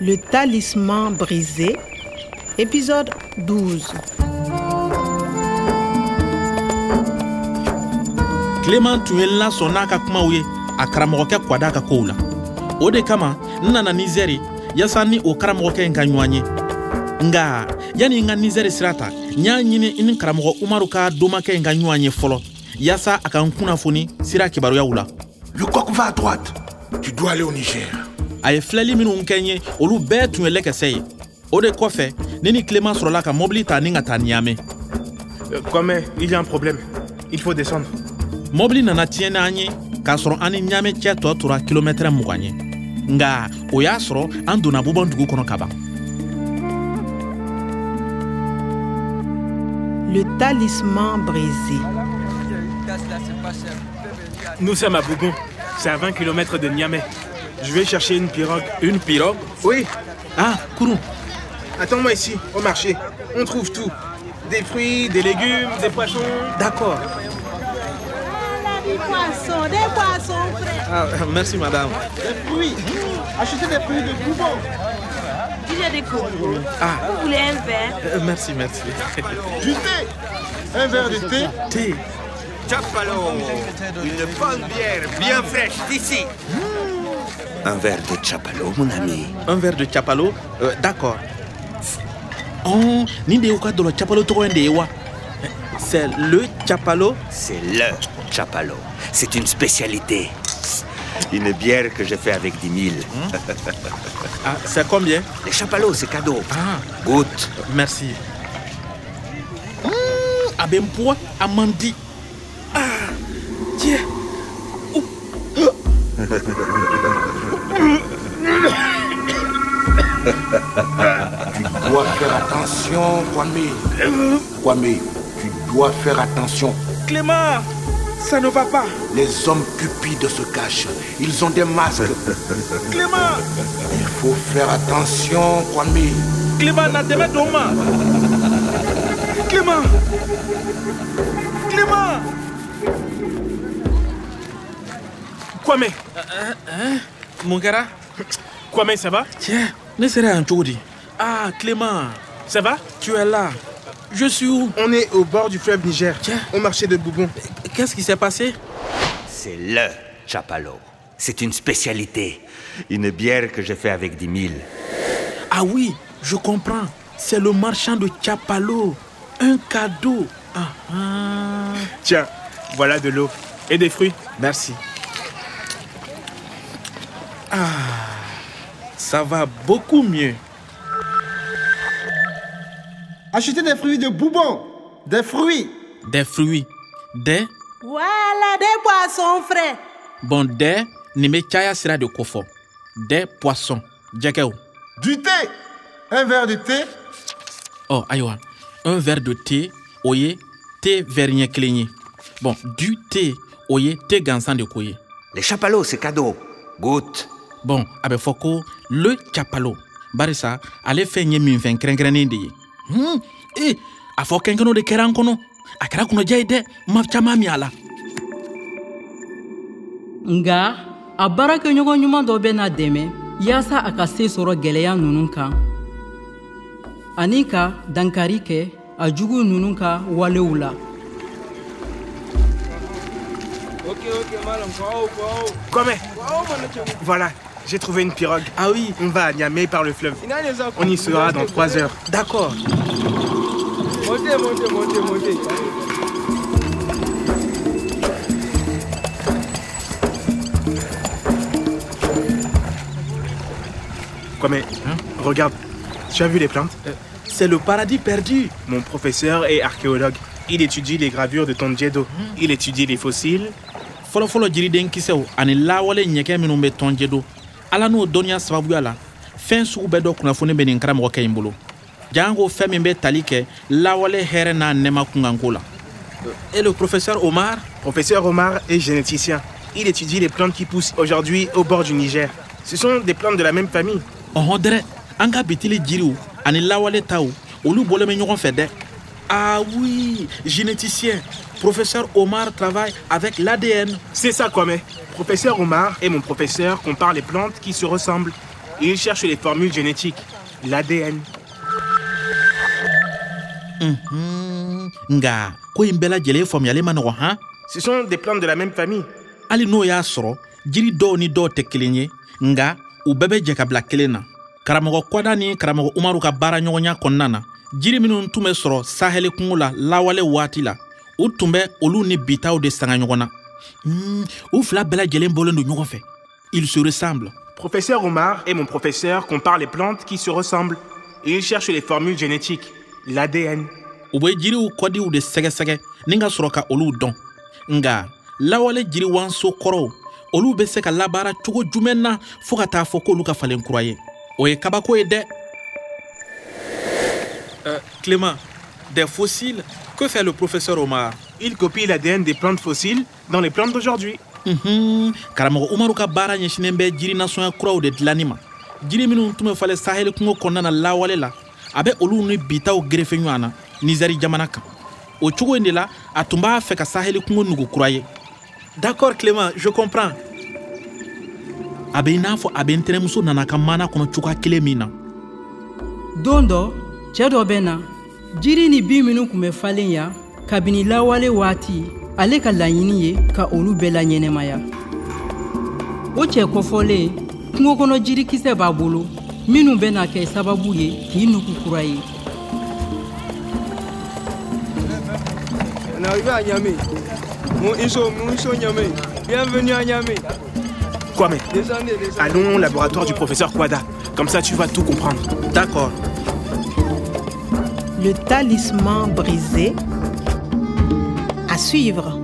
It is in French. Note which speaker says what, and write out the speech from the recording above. Speaker 1: Le talisman brisé, épisode 12.
Speaker 2: kileman tun ye n lasɔn n'a ka kumaw ye a karamɔgɔkɛ kwada ka kow la o de kama n nana nizɛri yaasa ni o karamɔgɔkɛ in ka ɲɔgɔn ye nga yani n ka nizɛri sira ta n y'a ɲini n ni karamɔgɔ umaru ka domakɛ in ka ɲɔgɔn ye fɔlɔ yaasa a ka n kunnafoni sira kibaruyaw la
Speaker 3: Le coq va à droite. Tu dois aller au Niger.
Speaker 2: a ye filɛli minw kɛ n ye olu bɛɛ tun ye lɛkɛsɛ ye o de kɔfɛ ne ni kileman sɔrɔla ka mɔbili ta ni ka taa niyamɛ
Speaker 4: Euh, Kwame, il y a un problème. Il faut descendre.
Speaker 2: mɔbili nana tiɲɛ n'an ye k'a sɔrɔ an ni ɲaamɛ cɛ tɔ tora kilomɛtɛrɛ mugan ye nga o y'a sɔrɔ an donna bubɔn dugu kɔnɔ ka ban
Speaker 1: Le talisman brisé.
Speaker 4: Nous sommes à Bougon. C'est à 20 km de Niamey. Je vais chercher une pirogue.
Speaker 5: Une pirogue
Speaker 6: Oui,
Speaker 2: ah kurun
Speaker 6: attends-moi ici, au marché. On trouve tout. Des fruits, des légumes, des poissons.
Speaker 2: d'accord
Speaker 7: Des poissons, des poissons frais.
Speaker 2: ah, merci madame
Speaker 6: Oui, acheter des fruits de Bougon.
Speaker 7: Il y a des coups.
Speaker 2: Ah.
Speaker 7: Vous voulez un verre
Speaker 2: Euh, merci merci
Speaker 6: Du thé. Un verre de thé.
Speaker 2: Té,
Speaker 5: Chapalo Une bonne bière bien fraîche d'ici
Speaker 3: Un verre de chapalo, mon ami.
Speaker 2: un verre de chapalo euh, d'accord oh, nin de y'u ka dɔlɔ chapalo tɔgɔ in de ye wa c'est le chapalo
Speaker 5: C'est le chapalo. C'est une spécialité. Une bière que je fais avec 10 000.
Speaker 2: ah, c'est combien
Speaker 5: Hmm? Les chapalos, c'est cadeau.
Speaker 2: ah,
Speaker 5: Goûte.
Speaker 2: merci Mm, a bɛ n puwa a man di ah, diɛ
Speaker 3: Tu dois faire attention, Kwame. Kwame, tu dois faire attention.
Speaker 2: Clément, ça ne va pas.
Speaker 3: Les hommes cupides se cachent. Ils ont des masques.
Speaker 2: Clément,
Speaker 3: Il faut faire attention, Kwame.
Speaker 2: Clément, n'a demain demain. Clément, Clément.
Speaker 4: Kwame,
Speaker 2: Mon gars,
Speaker 4: Kwame, ça va
Speaker 2: tiens, ne serait un tour Ah, Clément,
Speaker 4: Ça va
Speaker 2: tu es là. Je suis où
Speaker 6: On est au bord du fleuve Niger,
Speaker 2: Tiens.
Speaker 6: au marché de Bougon.
Speaker 2: Qu'est-ce qui s'est passé
Speaker 5: C'est le chapalo. C'est une spécialité. Une bière que je fais avec 10 000.
Speaker 2: Ah oui, je comprends. C'est le marchand de Chapalo. Un cadeau. Ah, ah.
Speaker 4: Tiens, voilà de l'eau. Et des fruits.
Speaker 2: Merci. Ah, ça va beaucoup mieux.
Speaker 6: Acheter des fruits de Bougon. Des fruits.
Speaker 2: Des fruits, des
Speaker 7: Voilà, des poissons frais.
Speaker 2: Bon, dɛ nin bɛ caya sira de ko fɔ dɛ poisson jɛgɛw
Speaker 6: Du thé. Un verre de thé.
Speaker 2: ɔ ayiwa Oh, un verre de thé o ye thé verre ɲɛ kelen ye bon du thé o ye thé gansan de ko ye
Speaker 5: Les chapalos, c'est cadeau. Goûte.
Speaker 2: bon a bɛ fɔ ko le capalo barisa ale fɛn ye minfɛn kɛrɛnkɛrɛnnen de ye hmm, e a fɔ kɛnkɛnɛw de kɛra an kɔnɔ a kɛra kɔnɔja ye dɛ ma caman min a la
Speaker 8: nga a baarakɛɲɔgɔn ɲuman dɔ bɛ na dɛmɛ yaasa a ka se sɔrɔ gwɛlɛya ninnu kan ani ka dankari kɛ a jugu ninnu ka walew la
Speaker 4: Kwame Voilà, j'ai trouvé une pirogue.
Speaker 2: ah oui
Speaker 4: On va à Niamey par le fleuve. On y sera dans 3 heures.
Speaker 2: d'accord
Speaker 4: Kwame, regarde. Tu as vu les plantes
Speaker 2: Hein Euh, c'est le paradis perdu
Speaker 4: Mon professeur est archéologue. Il étudie les gravures de Tondjedo.
Speaker 2: Hein
Speaker 4: Il étudie les fossiles.
Speaker 2: fɔlɔfɔlɔ jiriden kisɛw ani lawale ɲɛkɛ minw bɛ tɔnjɛ don ala n'o dɔnniya sababuya la fɛn sugu bɛɛ dɔ kunnafoni bɛ nin karamɔgɔkɛ in bolo jan ko fɛn min bɛ tali kɛ lawale hɛrɛ n'a nɛma kunkanko la et Eh, le professeur omar
Speaker 4: Professeur Omar est généticien. Il étudie les plantes qui poussent aujourd'hui au bord du Niger. Ce sont des plantes de la même famille.
Speaker 2: ɔhɔn dɛrɛ an ka bitili jiriw ani lawale taw olu bɔlen bɛ ɲɔgɔn fɛ dɛ ah oui généticien professeur omar travaille avec l'adn
Speaker 4: C'est ça, Kwame. Professeur Omar et mon professeur comparent les plantes qui se ressemblent. Ils cherchent les formules génétiques, l'ADN.
Speaker 2: Unhun. Hmm, nga ko in bɛɛ lajɛlen faamuyalen ma nɔgɔn han
Speaker 4: Ce sont des plantes de la même famille.
Speaker 2: hali n'o y'a sɔrɔ jiri dɔw ni dɔw tɛ kelen ye nga u bɛɛ bɛ jɛ ka bila kelen na karamɔgɔ kwada ni karamɔgɔ umaru ka baara ɲɔgɔnya kɔnɔna na jiri minnu tun bɛ sɔrɔ sahɛli kungo la lawale waati la u tun bɛ olu ni bitaw de sanga ɲɔgɔn na Hmm, u fila bɛɛ lajɛlen bɔlen don ɲɔgɔn fɛ ils se ressemblent
Speaker 4: Professeur Omar et mon professeur comparent les plantes qui se ressemblent. Ils cherchent les formules génétiques, l'ADN.
Speaker 2: u bɛ jiriw kɔdiw de sɛgɛsɛgɛ ni ka sɔrɔ ka olu dɔn nga lawale jiriwanso kɔrɔw olu bɛ se ka labaara cogo jumɛn na fɔɔ ka taa fɔ k'olu ka falen kura ye o ye kabako ye dɛ clément des fossiles que fait le professeur omar
Speaker 4: Ils copient l'ADN des plantes fossiles dans les plantes d'aujourd'hui.
Speaker 2: Unhun, karamɔgɔ umaru ka baara ɲɛsinen bɛ jiri nasɔnya kuraw de dilanni ma jiri minnu tun bɛ falen saheli kungo kɔnɔna na lawale la a bɛ olu ni bitaw gerefe ɲɔgɔn na nizɛri jamana kan o cogo in de la a tun b'a fɛ ka saheli kungo nugu kura ye d'accord clément je comprends a bɛ i n'a fɔ a bɛ n tɛnɛmuso nana ka mana kɔnɔ cogoya kelen min na
Speaker 8: don dɔ cɛɛ dɔ bɛ na jiri ni bin minw kun bɛ falen ya kabini lawale waati ale ka laɲini ye ka olu bɛɛ laɲɛnɛmaya o cɛ kɔfɔlen kungo kɔnɔ jirikisɛ b'a bolo minw bɛna kɛ sababu ye k'i nugu kura ye
Speaker 9: On arrive à Niamey. Mon Iso, mon Iso Niamey. Bienvenue à Niamey.
Speaker 4: Quoi mais
Speaker 9: Descendez, descendez.
Speaker 4: Allons au laboratoire du professeur Kwada. Comme ça, tu vas tout comprendre.
Speaker 2: d'accord
Speaker 1: Le talisman brisé. À suivre.